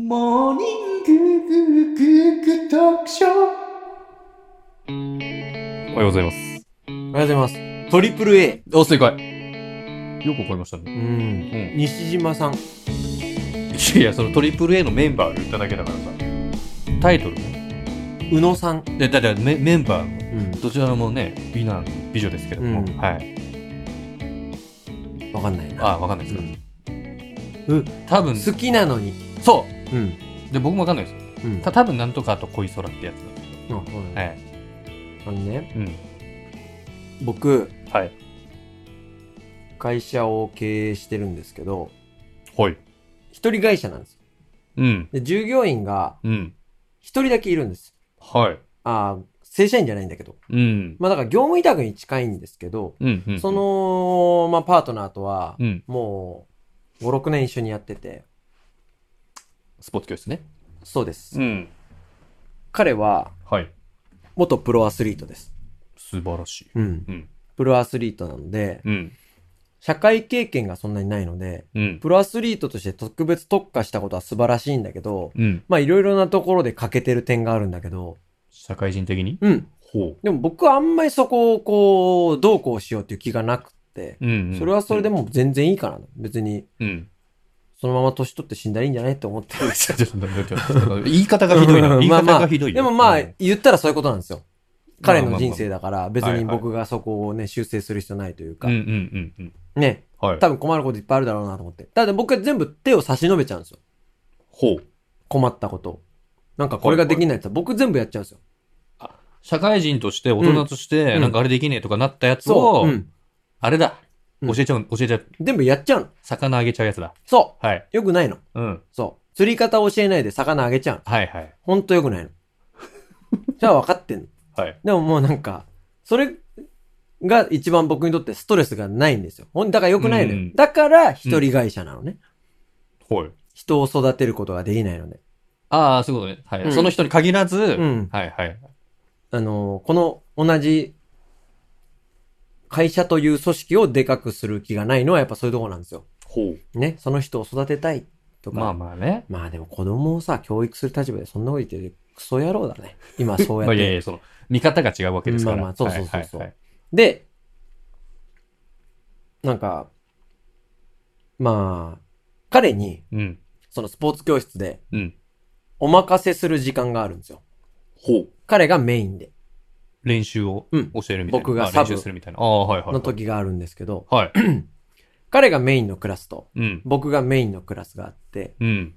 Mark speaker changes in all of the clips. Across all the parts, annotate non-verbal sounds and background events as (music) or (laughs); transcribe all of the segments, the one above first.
Speaker 1: モーニンググーグーグートークショー
Speaker 2: おはようございます。
Speaker 3: ありがとうございます。トリプル A。
Speaker 2: お、正解。よくわかりました
Speaker 3: う
Speaker 2: ね。
Speaker 3: ん。
Speaker 2: う
Speaker 3: 西島さん。
Speaker 2: ん。いやいや、そのトリプル A のメンバーを言っただけだからさ。タイトルね。
Speaker 3: 宇野さん。
Speaker 2: で、だってメメンバーの、
Speaker 3: うん。
Speaker 2: どちらもね、美男、美女ですけども。
Speaker 3: うん
Speaker 2: はい。
Speaker 3: わかんないな。
Speaker 2: あ、わかんないですか。
Speaker 3: うん。
Speaker 2: 多分、
Speaker 3: 好きなのに。
Speaker 2: そ
Speaker 3: うん。
Speaker 2: うで、僕もわかんないです
Speaker 3: う
Speaker 2: よ。
Speaker 3: ん。
Speaker 2: た多分なんとかあと恋空ってやつなんです
Speaker 3: あ、そう
Speaker 2: け
Speaker 3: だ
Speaker 2: ど。は
Speaker 3: ね。
Speaker 2: い。
Speaker 3: あのね、
Speaker 2: うん。
Speaker 3: 僕、
Speaker 2: はい。
Speaker 3: 会社を経営してるんですけど、
Speaker 2: ほい。
Speaker 3: 一人会社なんですよ。
Speaker 2: うん。
Speaker 3: で、従業員が
Speaker 2: うん。
Speaker 3: 一人だけいるんです。
Speaker 2: はい。
Speaker 3: ああ、正社員じゃないんだけど。
Speaker 2: うん。
Speaker 3: まあだから業務委託に近いんですけど、
Speaker 2: うん。うん。
Speaker 3: そ、の、まあパートナーとは
Speaker 2: う、ん。
Speaker 3: もう、5、6年一緒にやってて、
Speaker 2: スポーツ教室ね。
Speaker 3: そうです。
Speaker 2: ん。
Speaker 3: 彼は、
Speaker 2: はい。
Speaker 3: 元プロアスリートです。
Speaker 2: 素晴らしい。
Speaker 3: うん。
Speaker 2: うん。
Speaker 3: プロアスリートなので、
Speaker 2: うん。
Speaker 3: 社会経験がそんなにないので、
Speaker 2: うん。
Speaker 3: プロアスリートとして特別特化したことは素晴らしいんだけど、
Speaker 2: うん。
Speaker 3: まあいろいろなところで欠けてる点があるんだけど、
Speaker 2: 社会人的に
Speaker 3: うん。
Speaker 2: ほ
Speaker 3: でも僕はあんまりそこをこう、どうこうしようっていう気がなくて、
Speaker 2: う。うん、うん。
Speaker 3: それはそれでもう全然いいかな。別に、
Speaker 2: うん。
Speaker 3: そのまま年取って死んだらいいんじゃないって思 (laughs) ってるんです
Speaker 2: ちょ
Speaker 3: よ。
Speaker 2: っと待ってちょっと待って言い方がひどいな。言い方がひどい
Speaker 3: で
Speaker 2: よ
Speaker 3: もまあ
Speaker 2: うん、
Speaker 3: 言ったらそういうことなんですよ。彼
Speaker 2: まあま
Speaker 3: の
Speaker 2: あまあ
Speaker 3: 人生だから、別に僕がそこをね、修正する必要ないというか
Speaker 2: うん、うんうんうん。
Speaker 3: ね、
Speaker 2: はい。
Speaker 3: 多分困ることいっぱいあるだろうなと思って。ただ僕は全部手を差し伸べちゃうんですよ。
Speaker 2: ほう。
Speaker 3: 困ったことをなんかこれができないって言ったら僕全部やっちゃうんですよ。
Speaker 2: 社会人として、大人として、
Speaker 3: うん
Speaker 2: なんかあれできねえとかなったやつ
Speaker 3: そ
Speaker 2: を、
Speaker 3: う。うん。
Speaker 2: あれだ。
Speaker 3: うん
Speaker 2: 教えちゃう、教えちゃう。
Speaker 3: 全部やっちゃうの。
Speaker 2: 魚あげちゃうやつだ。
Speaker 3: そ
Speaker 2: はい。
Speaker 3: う。よくないの。
Speaker 2: うん。
Speaker 3: そう。釣り方を教えないで魚あげちゃうの。
Speaker 2: はいはい。
Speaker 3: ほんとよく
Speaker 2: (laughs)
Speaker 3: ないの。じゃあ分かってんの。
Speaker 2: はい。
Speaker 3: でももうなんか、それが一番僕にとってストレスがないんですよ。ほんだからよくないの
Speaker 2: う
Speaker 3: よ
Speaker 2: ん。
Speaker 3: だから一人会社なのね。
Speaker 2: ほい。
Speaker 3: 人を育てることができないので。
Speaker 2: ああ、そういうことね。はい。
Speaker 3: うん
Speaker 2: その人に限らず、
Speaker 3: ん
Speaker 2: はいはい。
Speaker 3: あの、この同じ会社という組織をでかくする気がないのはやっぱそういうところなんですよ。
Speaker 2: ほう。
Speaker 3: ね、その人を育てたいとか。
Speaker 2: まあまあね。
Speaker 3: まあでも子供をさ、教育する立場でそんなこと言ってるクソ野郎だね。今そうや
Speaker 2: (laughs) ま
Speaker 3: っ
Speaker 2: あ
Speaker 3: て。
Speaker 2: いやいや、その、見方が違うわけですから。
Speaker 3: まあまあそうそうそうそう
Speaker 2: はいはい
Speaker 3: で、なんか、まあ、彼に、
Speaker 2: はいうん。
Speaker 3: そのスポーツ教室で
Speaker 2: うん。
Speaker 3: お任せする時間があるんですよ。
Speaker 2: ほう。
Speaker 3: 彼がメインで、
Speaker 2: 練習を
Speaker 3: うん
Speaker 2: 教えるみたいな。
Speaker 3: 僕が
Speaker 2: あ
Speaker 3: サブ
Speaker 2: 練習するみたいな。ああ、はいはいはい。
Speaker 3: の時があるんですけど、
Speaker 2: はい。
Speaker 3: 彼がメインのクラスと、
Speaker 2: うん。
Speaker 3: 僕がメインのクラスがあって、
Speaker 2: うん。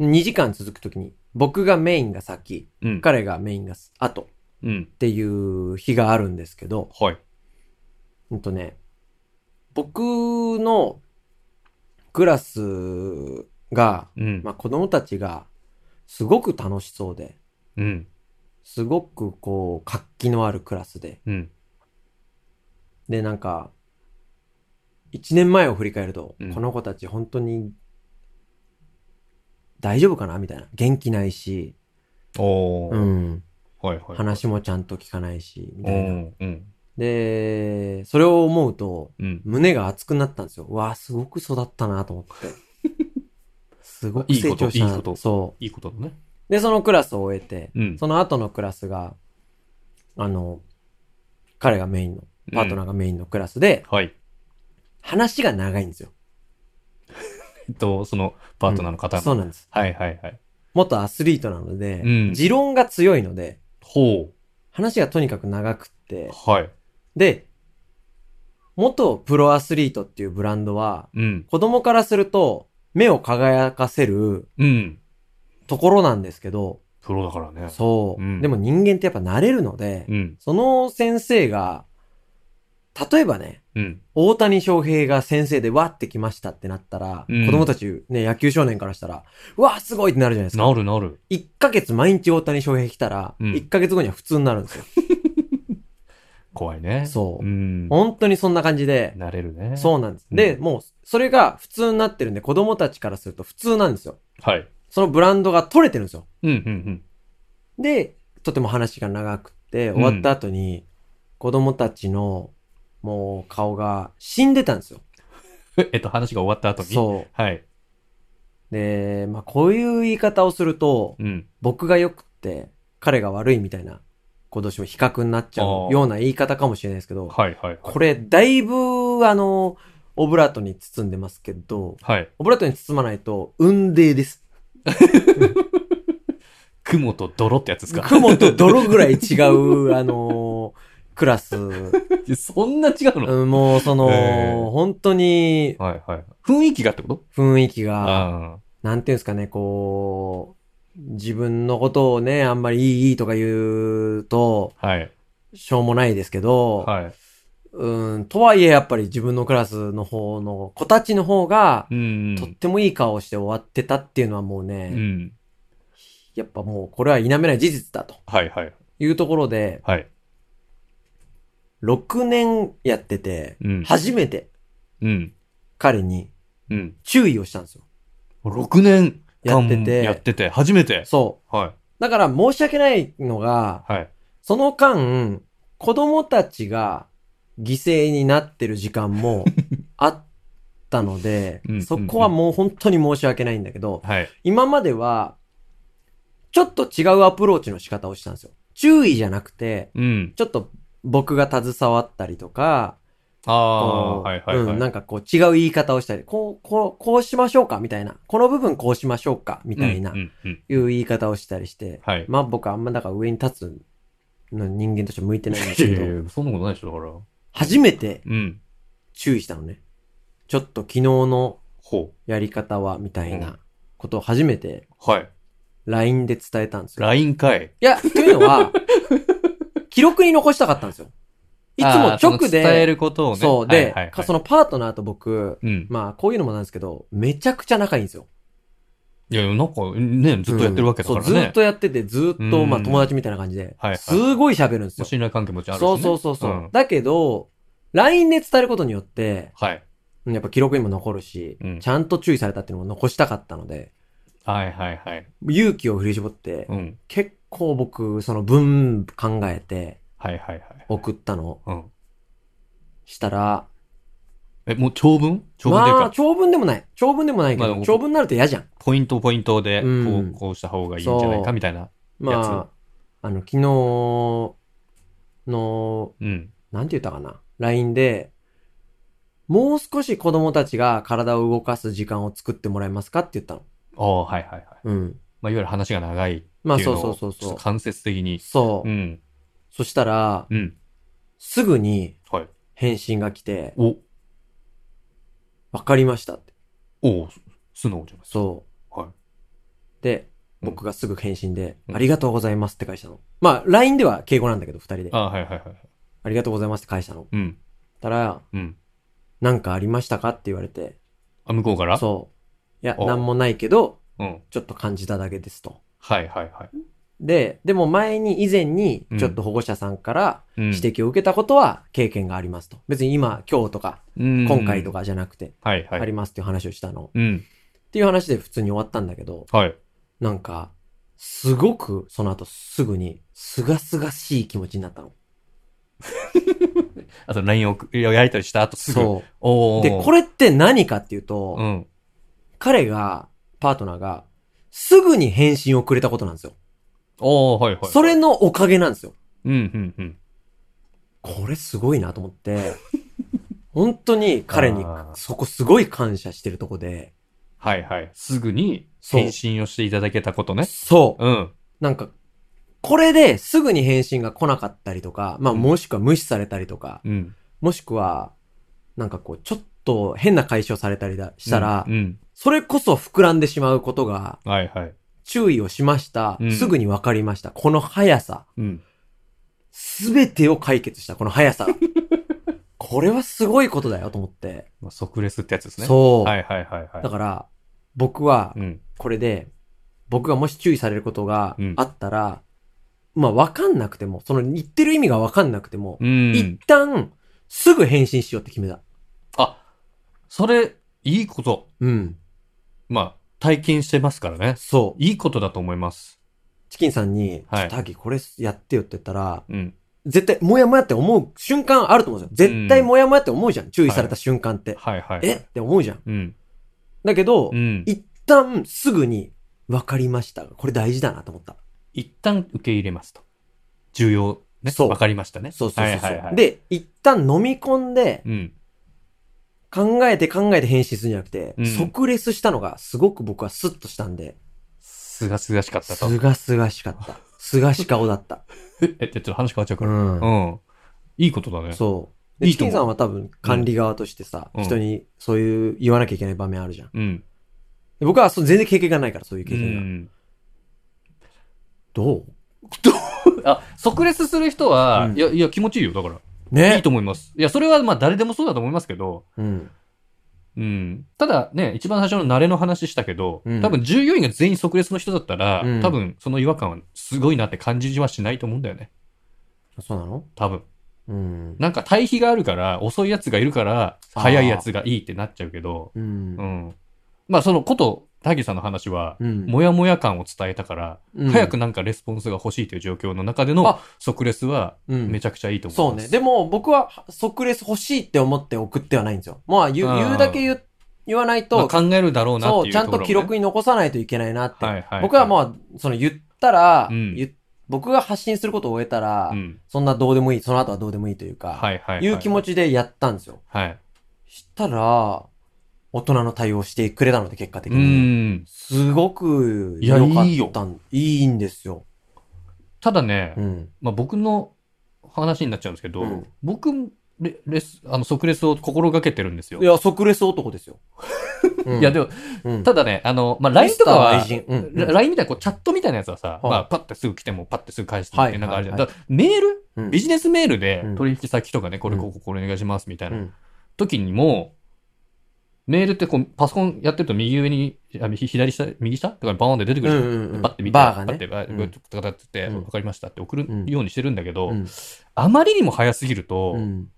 Speaker 3: 2時間続く時に、僕がメインが先、
Speaker 2: うん。
Speaker 3: 彼がメインが後っ
Speaker 2: うん。
Speaker 3: ていう日があるんですけど、
Speaker 2: はい。
Speaker 3: うんとね、僕のクラスが、
Speaker 2: うん。
Speaker 3: まあ子供たちがすごく楽しそうで、
Speaker 2: うん。
Speaker 3: すごくこう活気のあるクラスで、
Speaker 2: うん。
Speaker 3: でなんか、一年前を振り返ると、
Speaker 2: うん
Speaker 3: この子たち本当に大丈夫かなみたいな。元気ないし、
Speaker 2: おー。
Speaker 3: うん。
Speaker 2: はいはい。
Speaker 3: 話もちゃんと聞かないし、み
Speaker 2: お
Speaker 3: たいな。
Speaker 2: ー。うん。
Speaker 3: で、それを思うと、
Speaker 2: うん。
Speaker 3: 胸が熱くなったんですよ。うわあ、すごく育ったなと
Speaker 2: (laughs)
Speaker 3: 思って。すごく
Speaker 2: いいこ
Speaker 3: 成
Speaker 2: と
Speaker 3: 長したない
Speaker 2: いこと
Speaker 3: そ
Speaker 2: いいことだね。
Speaker 3: う。で、そのクラスを終えて、
Speaker 2: うん
Speaker 3: その後のクラスが、あの、彼がメインの、パートナーがメインのクラスで、
Speaker 2: はい。
Speaker 3: 話が長いんですよ。
Speaker 2: えっと、その、パートナーの方
Speaker 3: そう
Speaker 2: の。
Speaker 3: なんです。
Speaker 2: はいはいはい。
Speaker 3: 元アスリートなので、
Speaker 2: うん
Speaker 3: 持論が強いので、
Speaker 2: ほ
Speaker 3: 話がとにかく長くって、
Speaker 2: う。はい。
Speaker 3: で、元プロアスリートっていうブランドは、
Speaker 2: うん。
Speaker 3: 子供からすると、目を輝かせる
Speaker 2: うん。
Speaker 3: ところなんですけど、
Speaker 2: プロだからね。
Speaker 3: そう、
Speaker 2: うん
Speaker 3: でも人間ってやっぱ慣れるので、
Speaker 2: うん。
Speaker 3: その先生が、例えばね、
Speaker 2: うん。
Speaker 3: 大谷翔平が先生でわってきましたってなったら、
Speaker 2: うん
Speaker 3: 子供たち、ね、野球少年からしたら、うわすごいってなるじゃないですか。
Speaker 2: なるなる。
Speaker 3: 1ヶ月毎日大谷翔平来たら、
Speaker 2: うん
Speaker 3: 1ヶ月後には普通になるんですよ。
Speaker 2: 怖いね。
Speaker 3: そう
Speaker 2: うん。
Speaker 3: 本当にそんな感じで、
Speaker 2: なれるね。
Speaker 3: そうなんです。
Speaker 2: うん
Speaker 3: で、もう、それが普通になってるんで、子供たちからすると普通なんですよ。
Speaker 2: はい。
Speaker 3: そのブランドが取れてるんですよ。
Speaker 2: うんうん
Speaker 3: で、とても話が長くって、終わった後に、子供たちの、もう顔が死んでたんですよ。
Speaker 2: うん。えっと、話が終わった後に。う。
Speaker 3: そ
Speaker 2: はい。
Speaker 3: で、まあ、こういう言い方をすると、
Speaker 2: うん。
Speaker 3: 僕が良くって、彼が悪いみたいな、こうどうしても比較になっちゃ
Speaker 2: あー
Speaker 3: うような言い方かもしれないですけど、
Speaker 2: はいはい。
Speaker 3: これ、だいぶ、あの、オブラートに包んでますけど、
Speaker 2: はい。
Speaker 3: オブラートに包まないと、雲泥です。
Speaker 2: 雲と泥ってやつですか
Speaker 3: 雲と泥ぐらい違う、あ
Speaker 2: (laughs)
Speaker 3: の、クラス。
Speaker 2: いやそんな違うの、
Speaker 3: うんもう、その、
Speaker 2: えー
Speaker 3: 本当に、
Speaker 2: はいはい。雰囲気がってこと
Speaker 3: 雰囲気が、
Speaker 2: あ
Speaker 3: なんていうんですかね、こう、自分のことをね、あんまりいいいいとか言うと、
Speaker 2: あ。はい。
Speaker 3: しょうもないですけど、
Speaker 2: はい。
Speaker 3: うん、とはいえやっぱり自分のクラスの方の子たちの方が、
Speaker 2: うん。
Speaker 3: とってもいい顔をして終わってたっていうのはもう
Speaker 2: う
Speaker 3: ね、
Speaker 2: ん。
Speaker 3: やっぱもうこれは否めない事実だと
Speaker 2: はいはい。
Speaker 3: いうところで、
Speaker 2: はい。
Speaker 3: 6年やってて、
Speaker 2: うん。
Speaker 3: 初めて
Speaker 2: うん。
Speaker 3: 彼に
Speaker 2: うん。
Speaker 3: 注意をしたんですよ。
Speaker 2: 6年
Speaker 3: や
Speaker 2: 間
Speaker 3: ってて
Speaker 2: やってて、初めて。
Speaker 3: そ
Speaker 2: は
Speaker 3: う。だから申し訳ないのが、
Speaker 2: い。はい。
Speaker 3: その間、子供たちが犠牲になってる時間
Speaker 2: (laughs)
Speaker 3: もあったので
Speaker 2: うん、
Speaker 3: そこはもう本当に申し訳ないんだけど、
Speaker 2: はい。
Speaker 3: 今までは、ちょっと違うアプローチの仕方をしたんですよ。注意じゃなくて、
Speaker 2: うん。
Speaker 3: ちょっと僕が携わったりとか、
Speaker 2: あ
Speaker 3: こう
Speaker 2: あ、はいはいはい。
Speaker 3: うん、なんかこう違う言い方をしたり、こう、こう、こうしましょうかみたいな、この部分こうしましょうかみたいな
Speaker 2: う、んうんうん
Speaker 3: いう言い方をしたりして、
Speaker 2: はい。
Speaker 3: (laughs) まあ僕はあんまだから上に立つの人間として向いてないんです
Speaker 2: い
Speaker 3: け
Speaker 2: やい
Speaker 3: ど、
Speaker 2: やそんなことないでしょ、だから。
Speaker 3: 初めて
Speaker 2: うん。
Speaker 3: 注意したのね。ちょっと昨日の
Speaker 2: ほ
Speaker 3: やり方は、みたいうなことを初めて
Speaker 2: う。はい。
Speaker 3: LINE で伝えたんですよ。
Speaker 2: LINE かい。
Speaker 3: いや、というの
Speaker 2: (laughs)
Speaker 3: は、記録に残したかったんですよ。いつも
Speaker 2: あーその
Speaker 3: 直で、
Speaker 2: 伝えることをね。
Speaker 3: そう、
Speaker 2: はい
Speaker 3: で、
Speaker 2: はいは
Speaker 3: か
Speaker 2: い
Speaker 3: そのパートナーと僕、
Speaker 2: うん。
Speaker 3: まあ、こういうのもなんですけど、めちゃくちゃ仲いいんですよ。
Speaker 2: いや、なんか、ね、ずっとやってるわけだからね。
Speaker 3: うんそう、ずっとやってて、ずっと、
Speaker 2: うん
Speaker 3: まあ、友達みたいな感じで
Speaker 2: はいはい、
Speaker 3: すごい喋るんですよ。
Speaker 2: 信頼関係もちろんあるし、ね。
Speaker 3: そうそうそうそう、
Speaker 2: ん
Speaker 3: だけど、LINE で伝えることによって、
Speaker 2: はい。
Speaker 3: うんやっぱ記録にも残るし、
Speaker 2: うん
Speaker 3: ちゃんと注意されたっていうのも残したかったので、
Speaker 2: はいはいはい。
Speaker 3: 勇気を振り絞って、
Speaker 2: うん。
Speaker 3: 結構僕、その文考えて
Speaker 2: はいはいはい。
Speaker 3: 送ったの
Speaker 2: うん。
Speaker 3: したら、
Speaker 2: え、もう長文長文でいい
Speaker 3: ま
Speaker 2: か、
Speaker 3: あ、長文でもない。長文でもないけど、
Speaker 2: まあ
Speaker 3: 長文になると嫌じゃん。
Speaker 2: ポイントポイントで、こう、
Speaker 3: うん
Speaker 2: こうした方がいいんじゃない
Speaker 3: そ
Speaker 2: か
Speaker 3: う
Speaker 2: みたいな。や
Speaker 3: まあ、あの、昨日の、
Speaker 2: うん。
Speaker 3: なんて言ったかな。LINE で、もう少し子供たちが体を動かす時間を作ってもらえますかって言ったの。
Speaker 2: ああ、はいはいはい。
Speaker 3: うん。
Speaker 2: まあ、いわゆる話が長いっていうの
Speaker 3: ま
Speaker 2: を。
Speaker 3: あ、そうそうそう
Speaker 2: ちょ
Speaker 3: そ
Speaker 2: っ
Speaker 3: う
Speaker 2: と。間接的に。
Speaker 3: そう。
Speaker 2: うん。
Speaker 3: そしたら、
Speaker 2: うん。
Speaker 3: すぐに
Speaker 2: はい。
Speaker 3: 返信が来て、
Speaker 2: お、
Speaker 3: わかりましたって。
Speaker 2: おう、す素直じゃないです
Speaker 3: そう。
Speaker 2: か。はい。
Speaker 3: で、
Speaker 2: うん
Speaker 3: 僕がすぐ返信で、
Speaker 2: うん
Speaker 3: ありがとうございますって返したの。まあ、LINE では敬語なんだけど、二人で。
Speaker 2: ああ、はいはいはい。
Speaker 3: ありがとうございますって返したの。
Speaker 2: うん。
Speaker 3: たら、
Speaker 2: うん。
Speaker 3: なんかありましたかって言われて、
Speaker 2: あ、向こうから
Speaker 3: そう。いや、
Speaker 2: お
Speaker 3: なんもないけど、
Speaker 2: う。うん。
Speaker 3: ちょっと感じただけですと。
Speaker 2: はいはいはい。
Speaker 3: で、でも前に以前に
Speaker 2: うん、
Speaker 3: ちょっと保護者さんから
Speaker 2: うん
Speaker 3: 指摘を受けたことは経験がありますと。別に今、今日とか、今
Speaker 2: 今
Speaker 3: 回と。かじゃなくて、
Speaker 2: はいはい。
Speaker 3: ありますっていう話をしたの。
Speaker 2: うん。
Speaker 3: っていう話で普通に終わったんだけど、
Speaker 2: はい。
Speaker 3: なんか、すごく、その後すぐに、すがすがしい気持ちになったの。
Speaker 2: あと LINE をやりたりした後すぐ。
Speaker 3: そ
Speaker 2: お
Speaker 3: う。
Speaker 2: ー
Speaker 3: で、これって何かっていうと、
Speaker 2: うん。
Speaker 3: 彼が、パートナーが、すぐに返信をくれたことなんですよ。
Speaker 2: おーはいはいはい。
Speaker 3: それのおかげなんですよ。
Speaker 2: うん、うん、うん。
Speaker 3: これすごいなと思
Speaker 2: (laughs)
Speaker 3: って、本当に彼に
Speaker 2: あー
Speaker 3: そこすごい感謝してるとこで、
Speaker 2: はいはい。すぐに
Speaker 3: そう
Speaker 2: 返信をしていただけたことね。
Speaker 3: そう。
Speaker 2: うん。
Speaker 3: なんか、これですぐに返信が来なかったりとか、まあ
Speaker 2: うん
Speaker 3: もしくは無視されたりとか、
Speaker 2: うん。
Speaker 3: もしくは、なんかこう、ちょっと変な解消されたりだしたら、
Speaker 2: うんうん。
Speaker 3: それこそ膨らんでしまうことが、
Speaker 2: はいはい。
Speaker 3: 注意をしました。
Speaker 2: うん
Speaker 3: すぐに分かりました。この速さ。
Speaker 2: うん。
Speaker 3: すべてを解決した、この速
Speaker 2: (laughs)
Speaker 3: さが。これはすごいことだよと思って。
Speaker 2: まあ、即レスってやつですね。
Speaker 3: そう。
Speaker 2: はいはいはいはい。
Speaker 3: だから、僕は
Speaker 2: う、ん。
Speaker 3: これで、僕がもし注意されることが
Speaker 2: うん
Speaker 3: あったら、まあ分かんなくても、その言ってる意味が分かんなくても、
Speaker 2: うん。
Speaker 3: 一旦、すぐ返信しようって決めた。
Speaker 2: あ、それ、いいこと。
Speaker 3: うん。
Speaker 2: まあ、体験してますからね。
Speaker 3: そう。
Speaker 2: いいことだと思います。
Speaker 3: チキンさんに、
Speaker 2: はい
Speaker 3: ちょっとタキこれやってよって言ったら、
Speaker 2: うん。
Speaker 3: 絶対、もやもやって思う瞬間あると思うんですよ。絶対
Speaker 2: うん
Speaker 3: もやもやって思うじゃん。注意された瞬間って。
Speaker 2: はいはい。
Speaker 3: えって思うじゃん。
Speaker 2: うん。
Speaker 3: だけど
Speaker 2: う、ん。
Speaker 3: 一旦すぐに分かりました。これ大事だなと思った。
Speaker 2: 一旦受け入れますと。重要。ね。
Speaker 3: そう
Speaker 2: わかりましたね。
Speaker 3: そうそうそうそう、
Speaker 2: はいはいはい。、
Speaker 3: で、一旦飲み込んで、
Speaker 2: うん。
Speaker 3: 考えて考えて返信するんじゃなくて、
Speaker 2: うん
Speaker 3: 即レスしたのがすごく僕はスッとしたんで、
Speaker 2: すがすがしかったと。
Speaker 3: すがすがしかった。すがし顔だった。
Speaker 2: (laughs) え、ちょっと話変わっちゃうか
Speaker 3: う
Speaker 2: ら。
Speaker 3: ん。
Speaker 2: うん。いいことだね。
Speaker 3: そう。で
Speaker 2: いい
Speaker 3: チ
Speaker 2: と
Speaker 3: キ
Speaker 2: 思う
Speaker 3: ンさんは多分管理側としてさ、
Speaker 2: うん
Speaker 3: 人にそういう言わなきゃいけない場面あるじゃん。
Speaker 2: うん。
Speaker 3: で僕はそう全然経験がないから、そういう
Speaker 2: う
Speaker 3: 経験が。
Speaker 2: ん。
Speaker 3: どう
Speaker 2: あ、即レスする人は、
Speaker 3: うん
Speaker 2: いや、いや、気持ちいいよ。だから。い
Speaker 3: ね
Speaker 2: いと思います。いや、それはまあ誰でもそうだと思いますけど、
Speaker 3: うん。
Speaker 2: うん。ただね、一番最初の慣れの話したけど、
Speaker 3: うん
Speaker 2: 多分従業員が全員即列の人だったら、
Speaker 3: うん
Speaker 2: 多分その違和感はすごいなって感じはしないと思うんだよね。
Speaker 3: そうなの
Speaker 2: 多分。
Speaker 3: うん。
Speaker 2: なんか対比があるから、遅いやつがいるから、
Speaker 3: あー
Speaker 2: 早いやつがいいってなっちゃうけど、
Speaker 3: うん
Speaker 2: う。ん。まあそのこと、タギさんの話は、
Speaker 3: うん
Speaker 2: もやもや感を伝えたから、
Speaker 3: うん
Speaker 2: 早くなんかレスポンスが欲しいという状況の中での
Speaker 3: あ
Speaker 2: 即レスは
Speaker 3: うん
Speaker 2: めちゃくちゃいいと思
Speaker 3: そ
Speaker 2: いうます。
Speaker 3: ね。でも僕は即レス欲しいって思って送ってはないんですよ。まあ言う
Speaker 2: あー
Speaker 3: 言うだけ言う言わない
Speaker 2: ま
Speaker 3: と、
Speaker 2: あ考えるだろうな
Speaker 3: そ、
Speaker 2: って
Speaker 3: ち
Speaker 2: いううと
Speaker 3: ゃ
Speaker 2: こ
Speaker 3: ん
Speaker 2: ろ
Speaker 3: と記録
Speaker 2: に
Speaker 3: に残さないといけないなって。
Speaker 2: はいはい
Speaker 3: 僕はもう、その言ったら、
Speaker 2: うん
Speaker 3: 言っ僕が発信することを終えたら、
Speaker 2: うん。
Speaker 3: そんなどうでもいい、その後はどうでもいいというか、
Speaker 2: はいはいはい。
Speaker 3: いう気持ちでやったんですよ。
Speaker 2: はい。
Speaker 3: したら、大人の対応してくれたので、結果的
Speaker 2: う
Speaker 3: に。
Speaker 2: ん。
Speaker 3: すごく
Speaker 2: い
Speaker 3: 良
Speaker 2: や
Speaker 3: かったん
Speaker 2: いいよ
Speaker 3: いいんですよ。
Speaker 2: ただね、
Speaker 3: うん。
Speaker 2: まあ、僕の話になっちゃうんですけど、
Speaker 3: うん
Speaker 2: 僕レレスあの即レスを心がけてるんですよ。
Speaker 3: い
Speaker 2: いや,、
Speaker 3: や、即レス男です
Speaker 2: (laughs)
Speaker 3: よ。うん
Speaker 2: でも、
Speaker 3: うん
Speaker 2: ただね、あの、まあ、LINE とかは
Speaker 3: ミ、スター愛人うん
Speaker 2: ラ LINE みたいなこうチャットみたいなやつは
Speaker 3: はい
Speaker 2: さ、まあ、パッてすぐ来てもパッてすぐ返してっていうなんかあるじゃん。
Speaker 3: はいはい
Speaker 2: だからメール
Speaker 3: うん
Speaker 2: ビジネスメールで
Speaker 3: うん
Speaker 2: 取引先とかね、これ
Speaker 3: うん
Speaker 2: こうこうこれお願いしますみたいうなん時にも、メールってこう、パソコンやってると右上に、あひ左下、右下とかにバーンって出てくるじゃん。
Speaker 3: うんうんうん
Speaker 2: パッて見て、
Speaker 3: バーがね
Speaker 2: パッて、バー
Speaker 3: うん
Speaker 2: グッとかかってて、
Speaker 3: うん
Speaker 2: わかりましたって送
Speaker 3: うん
Speaker 2: るようにしてるんだけど、
Speaker 3: うん
Speaker 2: あまりにも早すぎると、
Speaker 3: うん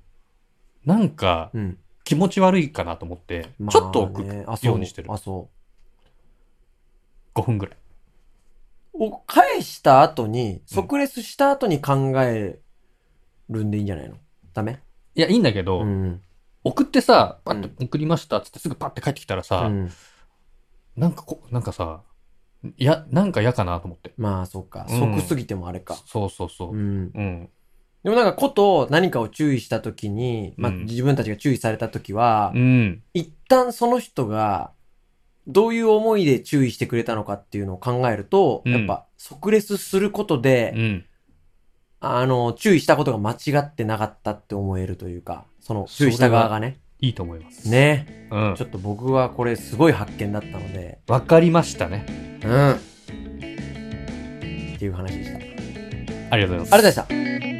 Speaker 2: なんか
Speaker 3: うん
Speaker 2: 気持ち悪いかなと思って、
Speaker 3: まあ
Speaker 2: ちょっと置く
Speaker 3: ね
Speaker 2: よ
Speaker 3: あそう
Speaker 2: にしてる
Speaker 3: あ、。そう。
Speaker 2: 5分ぐらい。
Speaker 3: を返した後に、即レスした後に考えるんでいいんじゃないのダメ
Speaker 2: いや、いいんだけど、
Speaker 3: うん。
Speaker 2: 送ってさ、パッ
Speaker 3: う
Speaker 2: て送りましたっつってすぐパッて帰ってきたら
Speaker 3: う
Speaker 2: さ、
Speaker 3: ん。
Speaker 2: なんかこ、なんかさ、いや、なんか嫌かなと思って。
Speaker 3: まあ、そうか。
Speaker 2: うん
Speaker 3: 即すぎてもあれか。
Speaker 2: そうそうそうう。
Speaker 3: ん。
Speaker 2: うん。
Speaker 3: でもなんか、こと何かを注意したときに、まあ、
Speaker 2: うん
Speaker 3: 自分たちが注意されたときは、
Speaker 2: うん。
Speaker 3: 一旦その人が、どういう思いで注意してくれたのかっていうのを考えると、
Speaker 2: うん
Speaker 3: やっぱ、即レスすること
Speaker 2: う
Speaker 3: で、
Speaker 2: ん。
Speaker 3: あの、注意したことが間違ってなかったって思えるというか、その、
Speaker 2: そ
Speaker 3: 注
Speaker 2: れは
Speaker 3: 意した側がね。
Speaker 2: いいと思います。
Speaker 3: ね。
Speaker 2: うん
Speaker 3: ち。ょっと僕はこれすごい発見だったので、
Speaker 2: わかりましたね。
Speaker 3: うん。っていう話でした。ありがとう
Speaker 2: ありがとうございます。
Speaker 3: ございました。